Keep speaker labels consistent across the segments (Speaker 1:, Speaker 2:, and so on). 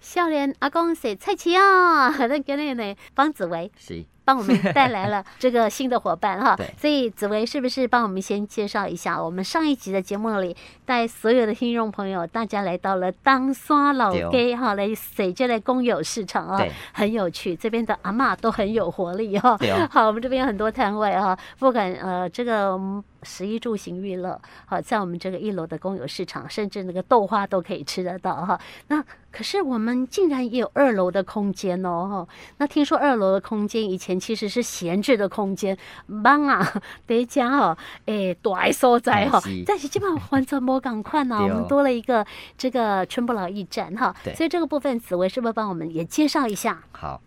Speaker 1: 笑脸阿公是蔡奇啊， 那跟那呢，帮紫薇
Speaker 2: 是。
Speaker 1: 帮我们带来 了这个新的伙伴哈
Speaker 2: 对。
Speaker 1: 所以紫薇是不是帮我们先介绍一下？我们上一集的节目里，带所有的听众朋友，大家来到了当刷老
Speaker 2: 对哦
Speaker 1: 街哈，来水这类公有市场啊
Speaker 2: 对，
Speaker 1: 很有趣。这边的阿嬷都很有活力哈。
Speaker 2: 对哦
Speaker 1: 好，我们这边有很多摊位哈，不管呃这个嗯食衣住行娱乐，好，在我们这个一楼的公有市场，甚至那个豆花都可以吃得到哈。那可是我们竟然也有二楼的空间哦，哈那听说二楼的空间以前其实是闲置的空间，忙啊，得讲哦，诶，大的所在哈
Speaker 2: 哎是，
Speaker 1: 但是基本 上完全没赶快呢，我
Speaker 2: 对哦
Speaker 1: 们多了一个这个春不老驿站哈，
Speaker 2: 对
Speaker 1: 所以这个部分紫薇是不是帮我们也介绍一下？
Speaker 2: 好，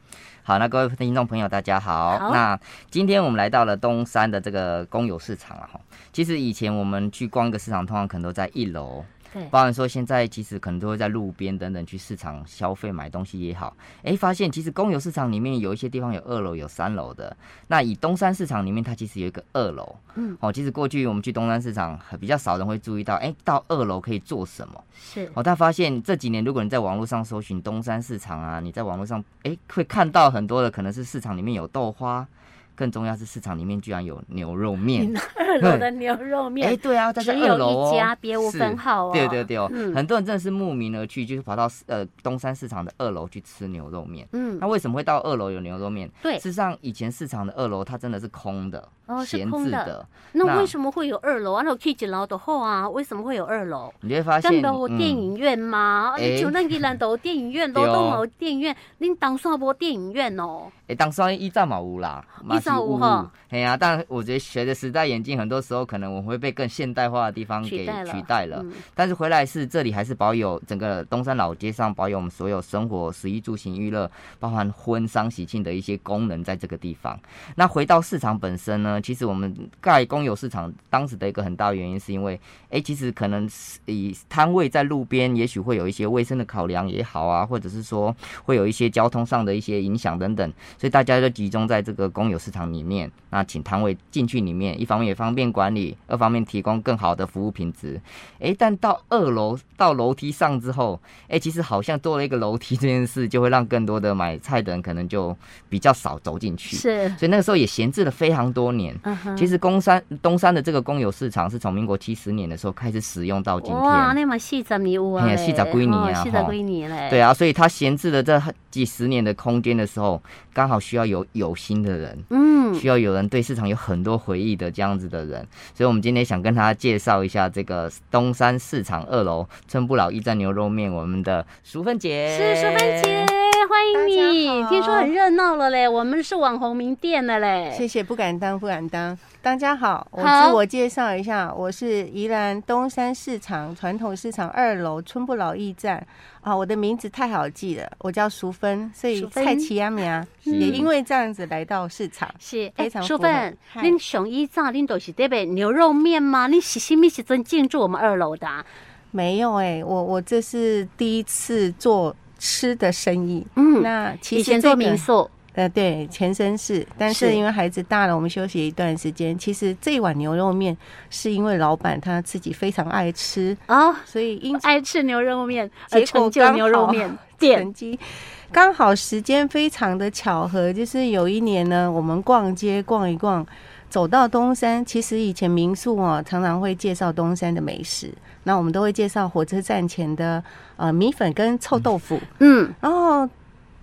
Speaker 2: 好，那各位听众朋友，大家好。
Speaker 1: 好
Speaker 2: 那今天我们来到了东山的这个公有市场了哈。其实以前我们去逛一个市场，通常可能都在一楼，
Speaker 1: 对，
Speaker 2: 包含说现在其实可能都会在路边等等去市场消费买东西也好。哎，发现其实公有市场里面有一些地方有二楼有三楼的。那以东山市场里面，它其实有一个二楼。
Speaker 1: 嗯，
Speaker 2: 哦，其实过去我们去东山市场比较少人会注意到，哎，到二楼可以做什么？
Speaker 1: 是
Speaker 2: 哦，但发现这几年，如果你在网络上搜寻东山市场啊，你在网络上哎会看到很多的，可能是市场里面有豆花，更重要是市场里面居然有牛肉面。
Speaker 1: 二楼的牛肉
Speaker 2: 哎，
Speaker 1: 面，
Speaker 2: 对啊，但是
Speaker 1: 只
Speaker 2: 二
Speaker 1: 有
Speaker 2: 楼哦，
Speaker 1: 一家别无分
Speaker 2: 是
Speaker 1: 号哦
Speaker 2: 对对对哦，
Speaker 1: 嗯
Speaker 2: 很多人真的是慕名而去，就是跑到呃东山市场的二楼去吃牛肉面。
Speaker 1: 嗯
Speaker 2: 那，为什么会到二楼有牛肉面？
Speaker 1: 对
Speaker 2: 事，实上以前市场的二楼它真的是空的，
Speaker 1: 哦是
Speaker 2: 闲
Speaker 1: 空
Speaker 2: 置
Speaker 1: 的
Speaker 2: 的。
Speaker 1: 那
Speaker 2: 那
Speaker 1: 为什么会有二楼？按照 K 几楼的后啊，为什么会有二楼？
Speaker 2: 你就会发现
Speaker 1: 干有
Speaker 2: 嗯
Speaker 1: 哦电影院嘛，
Speaker 2: 哎
Speaker 1: 你就咱宜兰都有电影院，罗
Speaker 2: 对哦
Speaker 1: 东有电影 院，恁东山无电影院哦。
Speaker 2: 诶，当然一战嘛有啦，嘛是
Speaker 1: 早有吼
Speaker 2: 嘿呀、但我觉得随着时代演进，很多时候可能我们会被更现代化的地方
Speaker 1: 取
Speaker 2: 给
Speaker 1: 代了
Speaker 2: 取代了。
Speaker 1: 嗯
Speaker 2: 但是回来是这里还是保有整个东山老街上保有我们所有生活、食衣住行、娱乐，包含婚丧喜庆的一些功能在这个地方。那回到市场本身呢，其实我们盖公有市场当时的一个很大的原因，是因为诶，其实可能是以摊位在路边，也许会有一些卫生的考量也好啊，或者是说会有一些交通上的一些影响等等，所以大家就集中在这个公有市场里面。那请摊位进去里面，一方面也方便管理，二方面提供更好的服务品质。诶，但到二楼到楼梯上之后，诶，其实好像多了一个楼梯这件事，就会让更多的买菜的人可能就比较少走进去。
Speaker 1: 是，
Speaker 2: 所以那个时候也闲置了非常多年。
Speaker 1: 嗯哼
Speaker 2: 其实公山东山的这个公有市场是从民国七十年的时候开始使用到今
Speaker 1: 哇，
Speaker 2: 天。
Speaker 1: 那嘛四十年有啊
Speaker 2: 嘿
Speaker 1: 嘞，
Speaker 2: 四十几年啊
Speaker 1: 哦四十
Speaker 2: 吼
Speaker 1: 几年嘞，
Speaker 2: 对啊，所以它闲置了这几十年的空间的时候，刚好需要有有心的人，
Speaker 1: 嗯，
Speaker 2: 需要有人对市场有很多回忆的这样子的人。所以我们今天想跟大家介绍一下这个东山市场二楼春不老驿站牛肉面，我们的淑芬姐。啊
Speaker 1: 是淑芬姐。，欢迎你，
Speaker 3: 大家好
Speaker 1: 听说很热闹了嘞，我们是网红名店的嘞，
Speaker 3: 谢谢，不敢当，不敢当。大家好，我
Speaker 1: 哎好
Speaker 3: 自我介绍一下，我是宜兰东山市场传统市场二楼春不老驿站啊。我的名字太好记了，我叫淑芬，所以
Speaker 1: 淑芬
Speaker 3: 蔡奇亚米啊，
Speaker 2: 嗯
Speaker 3: 也因为这样子来到市场。
Speaker 1: 是，
Speaker 3: 非
Speaker 1: 哎
Speaker 3: 常
Speaker 1: 淑
Speaker 3: 符合
Speaker 1: 芬，
Speaker 3: 嗨
Speaker 1: 恁上一早恁都是这边牛肉面吗？恁是什么时阵进驻我们二楼的啊？
Speaker 3: 没有哎、我我这是第一次做吃的生意。
Speaker 1: 嗯，
Speaker 3: 那其
Speaker 1: 以
Speaker 3: 实
Speaker 1: 前
Speaker 3: 这
Speaker 1: 做
Speaker 3: 个
Speaker 1: 民宿，
Speaker 3: 呃，对，前身是，但
Speaker 1: 是
Speaker 3: 是因为孩子大了，我们休息一段时间。其实这一碗牛肉面是因为老板他自己非常爱吃，
Speaker 1: 哦，
Speaker 3: 所以因
Speaker 1: 爱吃牛肉面，而
Speaker 3: 结果
Speaker 1: 成就
Speaker 3: 刚好
Speaker 1: 牛肉面店
Speaker 3: 成。绩。刚好时间非常的巧合，就是有一年呢，我们逛街逛一逛，走到东山。其实以前民宿哦，常常会介绍东山的美食，那我们都会介绍火车站前的呃米粉跟臭豆腐。
Speaker 1: 嗯，
Speaker 3: 然后哦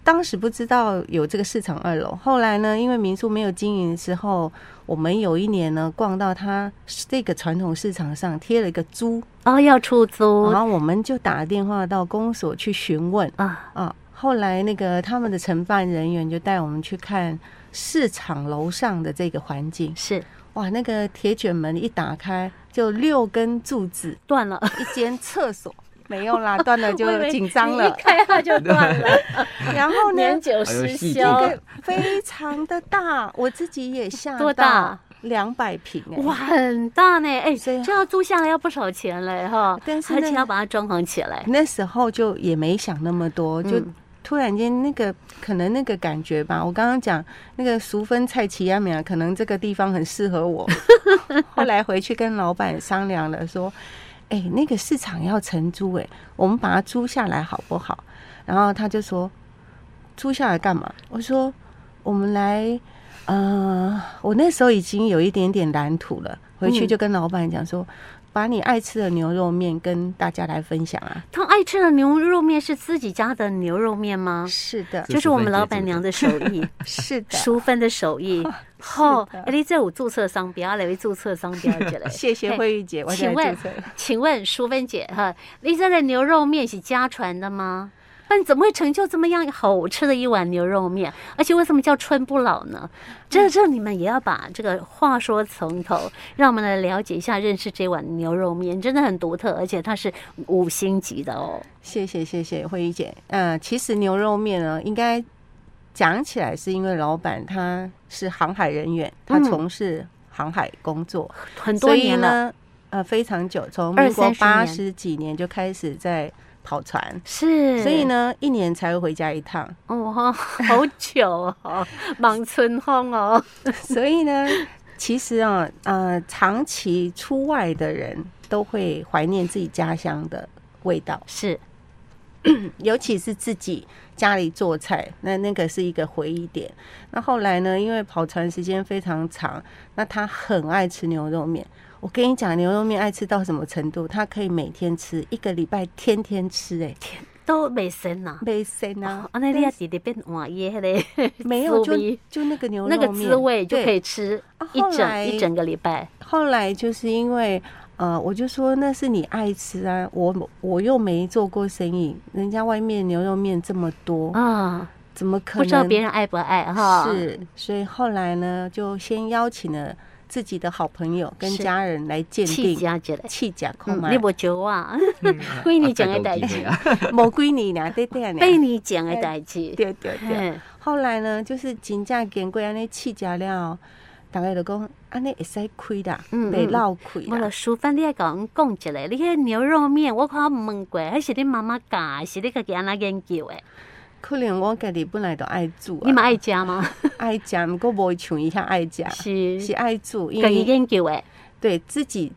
Speaker 3: 当时不知道有这个市场二楼，后来呢，因为民宿没有经营的时候，我们有一年呢逛到它这个传统市场上贴了一个猪，
Speaker 1: 哦，要出租
Speaker 3: 然后我们就打电话到公所去询问。
Speaker 1: 啊，
Speaker 3: 啊，后来那个他们的承办人员就带我们去看市场楼上的这个环境，
Speaker 1: 是
Speaker 3: 哇，那个铁卷门一打开，就六根柱子，
Speaker 1: 断了，
Speaker 3: 一间厕所。没有 啦，断了
Speaker 1: 我以
Speaker 3: 就
Speaker 1: 为
Speaker 3: 紧张
Speaker 1: 你一
Speaker 3: 了。
Speaker 1: 开它就断 了，
Speaker 3: 然后呢，
Speaker 1: 年久
Speaker 2: 哎
Speaker 1: 失
Speaker 2: 呦细
Speaker 1: 修。
Speaker 2: 节
Speaker 3: 对非常的大，我自己也吓
Speaker 1: 多大？
Speaker 3: 两百平哎，
Speaker 1: 哇，很大呢，哎，
Speaker 3: 所以
Speaker 1: 这要租下来要不少钱嘞哈，
Speaker 3: 但是
Speaker 1: 而
Speaker 3: 那
Speaker 1: 且要把它装潢起来，
Speaker 3: 那时候就也没想那么多，就
Speaker 1: 嗯
Speaker 3: 突然间那个可能那个感觉吧。我刚刚讲那个淑芬蔡奇亚米亚，啊可能这个地方很适 合我。后来回去跟老板商量了，说：“哎、那个市场要承租，哎，我们把它租下来好不好？”然后他就说租下来干嘛？我说我们来，呃，我那时候已经有一点点蓝图了，回去
Speaker 1: 嗯
Speaker 3: 就跟老板讲说，把你爱吃的牛肉面跟大家来分享啊。
Speaker 1: 他爱吃的牛肉面是自己家的牛肉面吗？
Speaker 3: 是 的，
Speaker 2: 是
Speaker 1: 就是我们
Speaker 2: 淑芬姐
Speaker 1: 老板
Speaker 2: 煮的
Speaker 1: 娘的手艺，
Speaker 3: 是 的，。
Speaker 1: 淑芬的手艺。吼，哎，你这有注册商标，来位注册商标这来
Speaker 3: 谢谢
Speaker 1: 嘿
Speaker 3: 慧玉姐，我
Speaker 1: 请问请问淑芬姐哈，你这的牛肉面是家传的吗？那你怎么会成就这么样好吃的一碗牛肉面？而且为什么叫春不老呢？这这你们也要把这个话说从头，让我们来了解一下、认识这碗牛肉面，真的很独特，而且它是五星级的哦。
Speaker 3: 谢谢谢谢慧玉姐。嗯、其实牛肉面呢，应该讲起来是因为老板他是航海人员，他
Speaker 1: 嗯
Speaker 3: 从事航海工作，
Speaker 1: 很多
Speaker 3: 所以
Speaker 1: 年了，
Speaker 3: 呢，呃，非常久，从
Speaker 1: 二
Speaker 3: 民国
Speaker 1: 三十
Speaker 3: 八
Speaker 1: 年
Speaker 3: 十几年就开始在跑船，
Speaker 1: 是，
Speaker 3: 所以，呢，一年才会回家一趟。
Speaker 1: 哦，好久哦，忙春风哦，
Speaker 3: 所以呢，其实啊，呃，长期出外的人都会怀念自己家乡的味道。
Speaker 1: 是
Speaker 3: 尤其是自己家里做菜，那那个是一个回忆点。那后来呢，因为跑船时间非常长，那他很爱吃牛肉面。我跟你讲，牛肉面爱吃到什么程度？他可以每天吃，一个礼拜天天吃、欸，哎，
Speaker 1: 都没生呐。
Speaker 3: 没生
Speaker 1: 啊
Speaker 3: 啊，，
Speaker 1: 那你要直直变换耶嘞，
Speaker 3: 没有
Speaker 1: 滋
Speaker 3: 就
Speaker 1: 味
Speaker 3: 就那个牛肉
Speaker 1: 那
Speaker 3: 面
Speaker 1: 个滋味就可。
Speaker 3: 对
Speaker 1: 以吃
Speaker 3: 啊
Speaker 1: 一
Speaker 3: 后
Speaker 1: 整
Speaker 3: 来
Speaker 1: 一整个礼拜。
Speaker 3: 后来就是因为。呃，我就说那是你爱吃啊，我我又没做过生意，人家外面牛肉面这么多，
Speaker 1: 啊，
Speaker 3: 怎么哦可能？
Speaker 1: 不知道别人爱不爱哈？，
Speaker 3: 是，所以后来呢，就先邀请了自己的好朋友跟
Speaker 1: 是
Speaker 3: 家人来鉴
Speaker 1: 气啊
Speaker 3: 定。
Speaker 1: 家起来，
Speaker 3: 气假空
Speaker 1: 嗯
Speaker 3: 嘛
Speaker 1: 你， 无酒啊，
Speaker 2: 为
Speaker 1: 为你讲的代
Speaker 2: 机
Speaker 1: 志，
Speaker 2: 啊，
Speaker 3: 某闺女俩对对啊，
Speaker 1: 被你讲的代志。
Speaker 3: 对对对。
Speaker 1: 嗯，
Speaker 3: 后来呢，就是金价见过安尼气假了，大概就讲安尼会使亏啦，
Speaker 1: 嗯
Speaker 3: 袂
Speaker 1: 嗯
Speaker 3: 闹亏
Speaker 1: 我了
Speaker 3: 啦。
Speaker 1: 淑芬，你爱讲讲一来，你迄牛肉面我看问过，还是你妈妈教的，是你家己安那研究的？
Speaker 3: 可能我家己本来就爱煮啊，
Speaker 1: 你嘛爱食吗？
Speaker 3: 爱食，不过无像伊遐爱食，
Speaker 1: 是，
Speaker 3: 是爱煮，因
Speaker 1: 家己
Speaker 3: 为哎
Speaker 1: 研究的。
Speaker 3: 对自己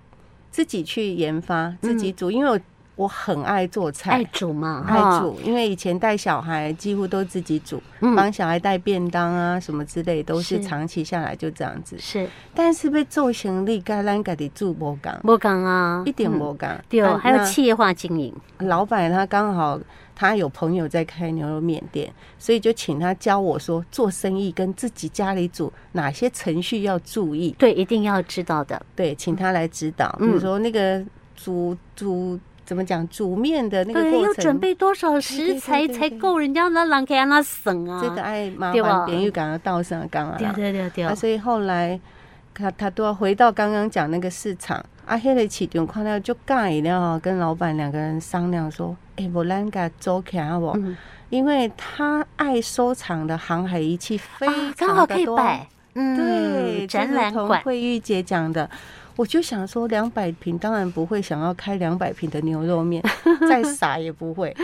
Speaker 3: 自己去研发，自
Speaker 1: 嗯
Speaker 3: 己煮，因为我我很爱做菜
Speaker 1: 爱，煮嘛，
Speaker 3: 爱
Speaker 1: 哈，
Speaker 3: 煮，因为以前带小孩几乎都自己煮，
Speaker 1: 嗯，
Speaker 3: 帮小孩带便当啊什么之类，都是
Speaker 1: 是
Speaker 3: 长期下来就这样子。
Speaker 1: 是，
Speaker 3: 但是被做行李，该咱家己煮无讲，
Speaker 1: 无讲啊，
Speaker 3: 一点
Speaker 1: 嗯
Speaker 3: 无讲。
Speaker 1: 对，
Speaker 3: 啊
Speaker 1: 还有
Speaker 3: 那
Speaker 1: 企业化经营，
Speaker 3: 老板他刚好他有朋友在开牛肉面店，所以就请他教我说做生意跟自己家里煮哪些程序要注意。
Speaker 1: 对，一定要知道的。
Speaker 3: 对，请他来指导，比
Speaker 1: 嗯
Speaker 3: 如说那个煮煮怎么讲煮面的那个
Speaker 1: 对，要
Speaker 3: 过
Speaker 1: 准
Speaker 3: 程。
Speaker 1: 备多少
Speaker 3: 对
Speaker 1: 食
Speaker 3: 对
Speaker 1: 材
Speaker 3: 对
Speaker 1: 才
Speaker 3: 对
Speaker 1: 够人家那人给安那省啊？
Speaker 3: 这个爱麻
Speaker 1: 对吧
Speaker 3: 烦别人又感到倒上讲啊啦，
Speaker 1: 对对对对，
Speaker 3: 啊，所以后来他他都要回到刚刚讲那个市场，啊，迄、个市场看到就尬了，跟老板两个人商量说，哎、无咱给做起来好不好？
Speaker 1: 嗯
Speaker 3: 因为他爱收藏的航海仪器非
Speaker 1: 啊，刚好
Speaker 3: 常
Speaker 1: 可
Speaker 3: 的
Speaker 1: 以
Speaker 3: 多，
Speaker 1: 摆，
Speaker 3: 对，
Speaker 1: 嗯，
Speaker 3: 这
Speaker 1: 展
Speaker 3: 是
Speaker 1: 览
Speaker 3: 同
Speaker 1: 馆
Speaker 3: 慧玉姐讲的。我就想说，两百平当然不会想要开两百平的牛肉 面，再傻也不会。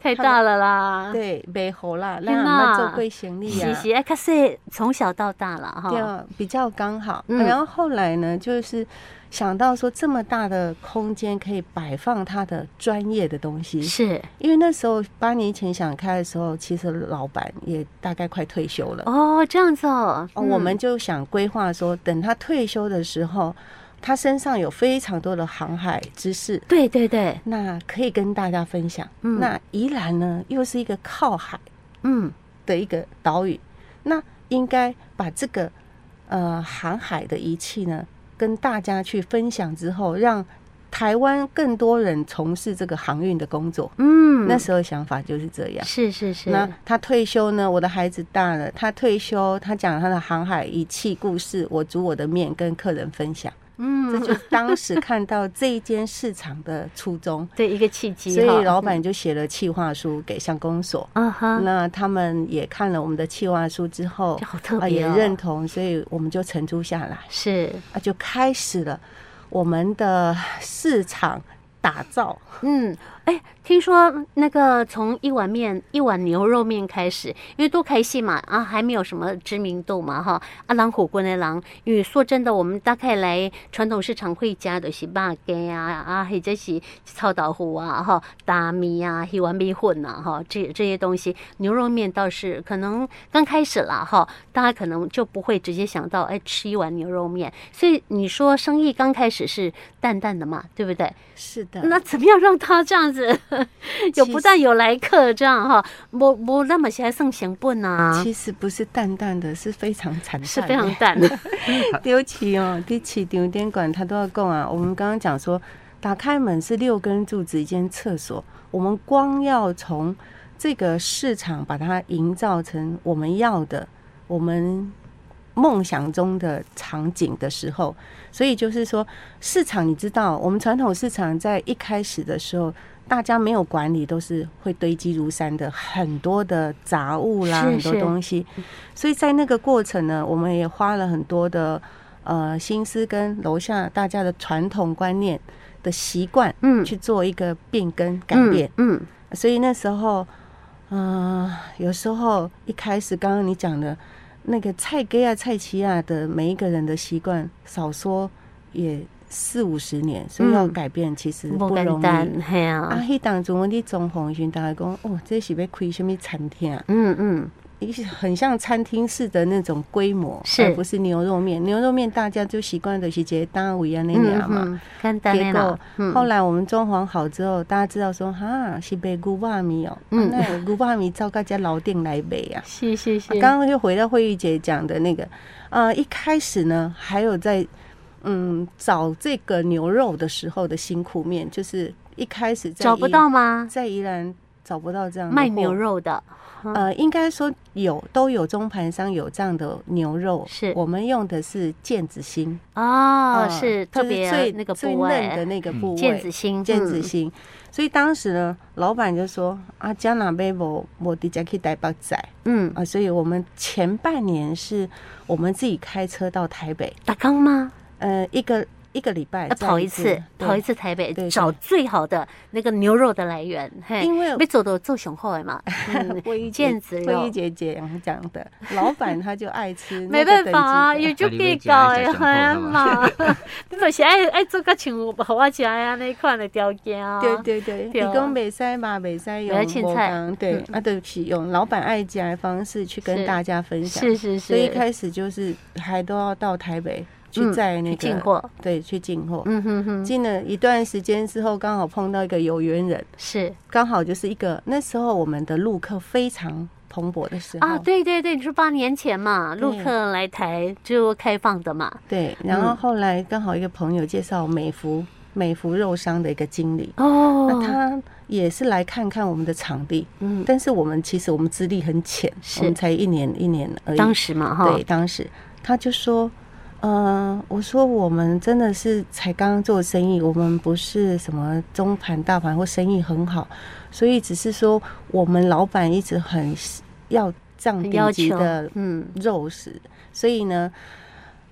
Speaker 1: 太大了啦，
Speaker 3: 对，没好啦，
Speaker 1: 天
Speaker 3: 让俺们
Speaker 1: 哪
Speaker 3: 做贵行李
Speaker 1: 是
Speaker 3: 啊。
Speaker 1: 是，哎，可是从小到大了
Speaker 3: 对
Speaker 1: 哈，
Speaker 3: 啊，比较刚好。
Speaker 1: 嗯
Speaker 3: 然后后来呢，就是想到说这么大的空间可以摆放他的专业的东西，
Speaker 1: 是
Speaker 3: 因为那时候八年前想开的时候，其实老板也大概快退休了，
Speaker 1: 哦，这样子哦，
Speaker 3: 哦
Speaker 1: 嗯
Speaker 3: 我们就想规划说，等他退休的时候，他身上有非常多的航海知识。
Speaker 1: 对对对，
Speaker 3: 那可以跟大家分享。
Speaker 1: 嗯
Speaker 3: 那宜兰呢，又是一个靠海，
Speaker 1: 嗯，
Speaker 3: 的一个岛屿，那应该把这个呃航海的仪器呢，跟大家去分享之后，让台湾更多人从事这个航运的工作。
Speaker 1: 嗯，
Speaker 3: 那时候想法就是这样。
Speaker 1: 是是是，
Speaker 3: 那他退休呢？我的孩子大了，他退休，他讲他的航海仪器故事，我煮我的面跟客人分享，这
Speaker 1: 嗯，。
Speaker 3: 就是当时看到这一间市场的初衷
Speaker 1: 对一个契机
Speaker 3: 所
Speaker 1: 哈，
Speaker 3: 以老板就写了企划书给乡公所，
Speaker 1: 嗯啊哈，
Speaker 3: 那他们也看了我们的企划书之后
Speaker 1: 这，好特
Speaker 3: 啊
Speaker 1: 别
Speaker 3: 也
Speaker 1: 哦，
Speaker 3: 认同，所以我们就承租下来
Speaker 1: 是，
Speaker 3: 啊，就开始了我们的市场打造。
Speaker 1: 嗯，哎，听说那个从一碗面、一碗牛肉面开始，因为多开戏嘛，啊，还没有什么知名度嘛，哈。啊，狼火锅的狼，因为说真的，我们大概来传统市场会加的是肉羹啊，啊，或者是臭豆腐啊，哈，大米啊，一碗米粉呐、啊，哈，这这些东西，牛肉面倒是可能刚开始啦，哈，大家可能就不会直接想到，哎，吃一碗牛肉面。所以你说生意刚开始是淡淡的嘛，对不对？
Speaker 3: 是的，
Speaker 1: 那怎么样让他这样子 有不但有来客这样哈，我我那么些还剩成本啊，
Speaker 3: 其实不是淡淡的，是非常惨淡的，
Speaker 1: 是非常淡的。
Speaker 3: 尤其哦，第七丢店馆他都要供啊。我们刚刚讲说，打开门是六根柱子一间厕所，我们光要从这个市场把它营造成我们要的，我们。梦想中的场景的时候，所以就是说，市场你知道，我们传统市场在一开始的时候，大家没有管理，都是会堆积如山的很多的杂物啦，
Speaker 1: 是
Speaker 3: 很多
Speaker 1: 是
Speaker 3: 东西。所以在那个过程呢，我们也花了很多的呃心思跟楼下大家的传统观念的习惯
Speaker 1: 嗯，
Speaker 3: 去做一个变更改变。
Speaker 1: 嗯，
Speaker 3: 所以那时候，嗯、有时候一开始刚刚你讲的那个菜根啊、菜奇亚的每一个人的习惯，少说也四五十年，所以要
Speaker 1: 嗯
Speaker 3: 改变其实
Speaker 1: 嗯，
Speaker 3: 不
Speaker 1: 不简
Speaker 3: 容易。
Speaker 1: 单，嘿
Speaker 3: 啊，
Speaker 1: 啊，
Speaker 3: 迄当中阮伫中红时，大家讲哦，这是要开什么餐厅啊？
Speaker 1: 嗯嗯，
Speaker 3: 一些很像餐厅式的那种规模，
Speaker 1: 是
Speaker 3: 而不是牛肉面。牛肉面大家就习惯的是一个单位啊那
Speaker 1: 嗯
Speaker 3: 样嘛。
Speaker 1: 嗯，简单的
Speaker 3: 结
Speaker 1: 啦
Speaker 3: 果，后
Speaker 1: 嗯，
Speaker 3: 来我们装潢好之后，大家知道说，哈，是卖牛肉米哦、
Speaker 1: 嗯
Speaker 3: 嗯，那有牛肉米照各家老店来卖啊。
Speaker 1: 是是 是，
Speaker 3: 刚刚又回到慧玉姐讲的那个，呃，一开始呢，还有在嗯找这个牛肉的时候的辛苦面，就是一开始在
Speaker 1: 找不
Speaker 3: 宜
Speaker 1: 到，吗？
Speaker 3: 在宜兰找不到这样的
Speaker 1: 卖
Speaker 3: 货
Speaker 1: 牛，肉嗯的，
Speaker 3: 呃，应该说有都有中盘商有这样的牛肉，
Speaker 1: 是
Speaker 3: 我们用的是腱子心，
Speaker 1: 哦，
Speaker 3: 呃
Speaker 1: 是
Speaker 3: 就
Speaker 1: 特别
Speaker 3: 最
Speaker 1: 那个
Speaker 3: 最
Speaker 1: 部
Speaker 3: 嫩的
Speaker 1: 位，
Speaker 3: 那个
Speaker 2: 嗯
Speaker 3: 部位，
Speaker 1: 毽子心，
Speaker 3: 建
Speaker 1: 嗯
Speaker 3: 子心。所以当时呢，老板就说啊，加拿贝我我直接去台北仔
Speaker 1: 嗯，
Speaker 3: 啊，所以我们前半年是我们自己开车到台北，
Speaker 1: 打工吗？
Speaker 3: 呃，一个一个礼拜
Speaker 1: 要啊跑
Speaker 3: 再
Speaker 1: 一次，
Speaker 3: 对
Speaker 1: 跑一次台北，
Speaker 3: 对对
Speaker 1: 找最好的那个牛肉的来源，嘿，
Speaker 3: 因为
Speaker 1: 要走的做雄厚的嘛， 嗯
Speaker 3: 魏一姐
Speaker 1: 腱嗯子
Speaker 3: 魏
Speaker 1: 肉
Speaker 3: 一。姐姐讲讲的，老板他就 爱吃那
Speaker 1: 没办
Speaker 3: 个等级的，
Speaker 1: 法啊，有就给搞的，系啊嘛，你就是爱爱做个像互我食安尼款的条件啊。
Speaker 3: 对对对，
Speaker 1: 对
Speaker 3: 你讲北塞嘛，北塞
Speaker 1: 不要
Speaker 3: 用
Speaker 1: 凊
Speaker 3: 无
Speaker 1: 彩
Speaker 3: 同对
Speaker 1: 嗯
Speaker 3: 啊，对不起，用老板爱家的方式去
Speaker 1: 是
Speaker 3: 跟大家分享。
Speaker 1: 是是是，
Speaker 3: 所以一开始就是还都要到台北去
Speaker 1: 嗯
Speaker 3: 在那
Speaker 1: 去
Speaker 3: 个
Speaker 1: 进货，
Speaker 3: 对，去进货。
Speaker 1: 嗯哼哼，
Speaker 3: 进了一段时间之后，刚好碰到一个有缘人，
Speaker 1: 是
Speaker 3: 刚好就是一个那时候我们的陆客非常蓬勃的时候
Speaker 1: 啊，对对对，你说八年前嘛，
Speaker 3: 对
Speaker 1: 陆客来台就开放的嘛，
Speaker 3: 对然
Speaker 1: 嗯
Speaker 3: 后后来刚好一个朋友介绍美孚美孚肉商的一个经理，
Speaker 1: 哦，
Speaker 3: 那他也是来看看我们的场地，
Speaker 1: 嗯，
Speaker 3: 但是我们其实我们资历很浅，
Speaker 1: 是
Speaker 3: 我们才一年一年而已，
Speaker 1: 当时嘛哈
Speaker 3: 对，，当时他就说，呃，我说我们真的是才刚刚做生意，我们不是什么中盘、大盘或生意很好，所以只是说我们老板一直很要这样
Speaker 1: 很
Speaker 3: 顶
Speaker 1: 要
Speaker 3: 级
Speaker 1: 求
Speaker 3: 的，
Speaker 1: 嗯，
Speaker 3: 肉食，所以呢。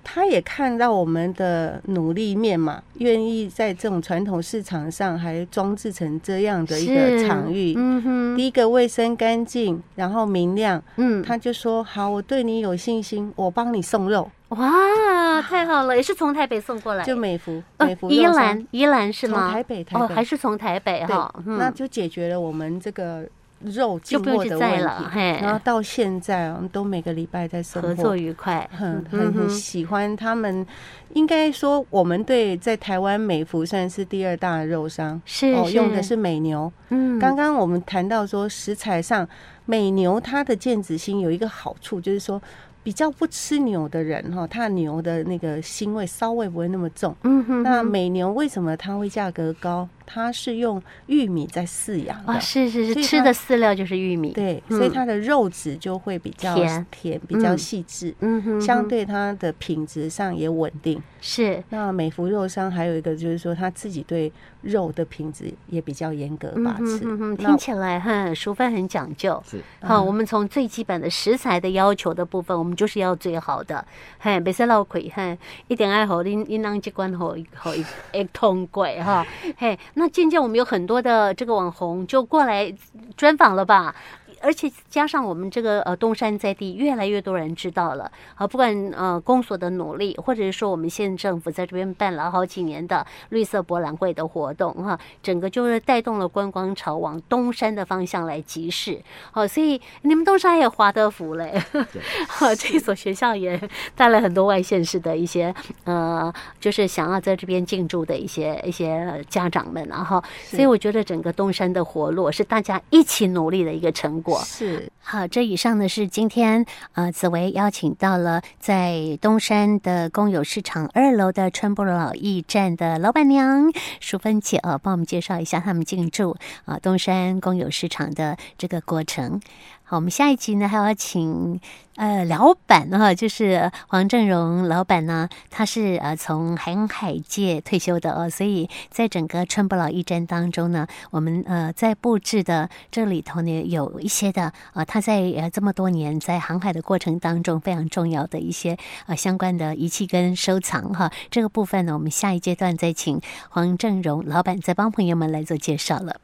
Speaker 3: 他也看到我们的努力面嘛，愿意在这种传统市场上还装置成这样的一
Speaker 1: 是
Speaker 3: 个场域。
Speaker 1: 嗯哼，
Speaker 3: 第一个卫生干净，然后明亮，
Speaker 1: 嗯，
Speaker 3: 他就说：“好，我对你有信心，我帮你送肉。
Speaker 1: 哇，太好了，也是从台北送过来”，
Speaker 3: 就美孚，
Speaker 1: 呃
Speaker 3: 美孚
Speaker 1: 宜
Speaker 3: 肉商
Speaker 1: 兰，宜兰是
Speaker 3: 从
Speaker 1: 吗？
Speaker 3: 台北，台
Speaker 1: 哦，
Speaker 3: 北
Speaker 1: 还是从台北哈，
Speaker 3: 对，那
Speaker 1: 嗯，
Speaker 3: 就解决了我们这个肉
Speaker 1: 就
Speaker 3: 进
Speaker 1: 不用
Speaker 3: 货
Speaker 1: 去
Speaker 3: 的
Speaker 1: 载
Speaker 3: 问
Speaker 1: 了，
Speaker 3: 题。
Speaker 1: 嘿，
Speaker 3: 然后到现在，我们都每个礼拜在送
Speaker 1: 合作
Speaker 3: 货。
Speaker 1: 愉快，
Speaker 3: 很
Speaker 1: 嗯
Speaker 3: 很很
Speaker 1: 哼
Speaker 3: 喜欢他们，应该说我们对在台湾美孚算是第二大的肉商
Speaker 1: 是
Speaker 3: 哦，用的是美牛。
Speaker 1: 嗯，
Speaker 3: 刚刚我们谈到说食材上，美牛它的腱子心有一个好处，就是说比较不吃牛的人哈，它牛的那个腥味骚味不会那么重。
Speaker 1: 嗯哼
Speaker 3: 那
Speaker 1: 哼
Speaker 3: 美牛为什么它会价格高？它是用玉米在饲养
Speaker 1: 啊
Speaker 3: 的，
Speaker 1: 是是
Speaker 3: 所
Speaker 1: 是
Speaker 3: 以
Speaker 1: 吃
Speaker 3: 它
Speaker 1: 的饲料就是玉米，，
Speaker 3: 对，
Speaker 1: 嗯
Speaker 3: 所以它的肉质就会比较
Speaker 1: 甜
Speaker 3: 甜，比较
Speaker 1: 嗯
Speaker 3: 细致，
Speaker 1: 嗯哼哼，
Speaker 3: 相对它的品质上也稳定。
Speaker 1: 是，
Speaker 3: 那美福肉商还有一个就是说，他自己对肉的品质也比较严格
Speaker 1: 嗯
Speaker 3: 把
Speaker 1: 哼
Speaker 3: 持。
Speaker 1: 哼哼，
Speaker 3: 那
Speaker 1: 听起来很熟饭很讲究。
Speaker 2: 是
Speaker 1: 好，
Speaker 3: 嗯
Speaker 1: 我们从最基本的食材的要求的部分，我们就是要最好的，嘿，别说漏亏，嘿，一定爱好恁恁让这关好一好一一通过哈，嘿，那渐渐我们有很多的这个网红就过来专访了吧。而且加上我们这个呃东山在地，越来越多人知道了啊，不管呃公所的努力，或者是说我们县政府在这边办了好几年的绿色博览会的活动哈、整个就是带动了观光潮往东山的方向来集市。哦，所以你们东山也华德福嘞， 好，这所学校也带来很多外县市的一些呃，就是想要在这边进驻的一些一些家长们、啊，然后，所以我觉得整个东山的活络是大家一起努力的一个成果。
Speaker 3: 是
Speaker 1: 好，这以上呢是今天呃，紫薇邀请到了在东山的公有市场二楼的川波老驿站的老板娘淑芬姐呃，帮我们介绍一下他们进驻啊、呃东山公有市场的这个过程。好，我们下一集呢还要请呃老板啊，就是黄正荣老板呢，他是呃从航海界退休的哦，所以在整个川波老驿站当中呢，我们呃在布置的这里头呢有一些的呃他在呃这么多年在航海的过程当中非常重要的一些呃相关的仪器跟收藏哈，这个部分呢我们下一阶段再请黄正荣老板再帮朋友们来做介绍了。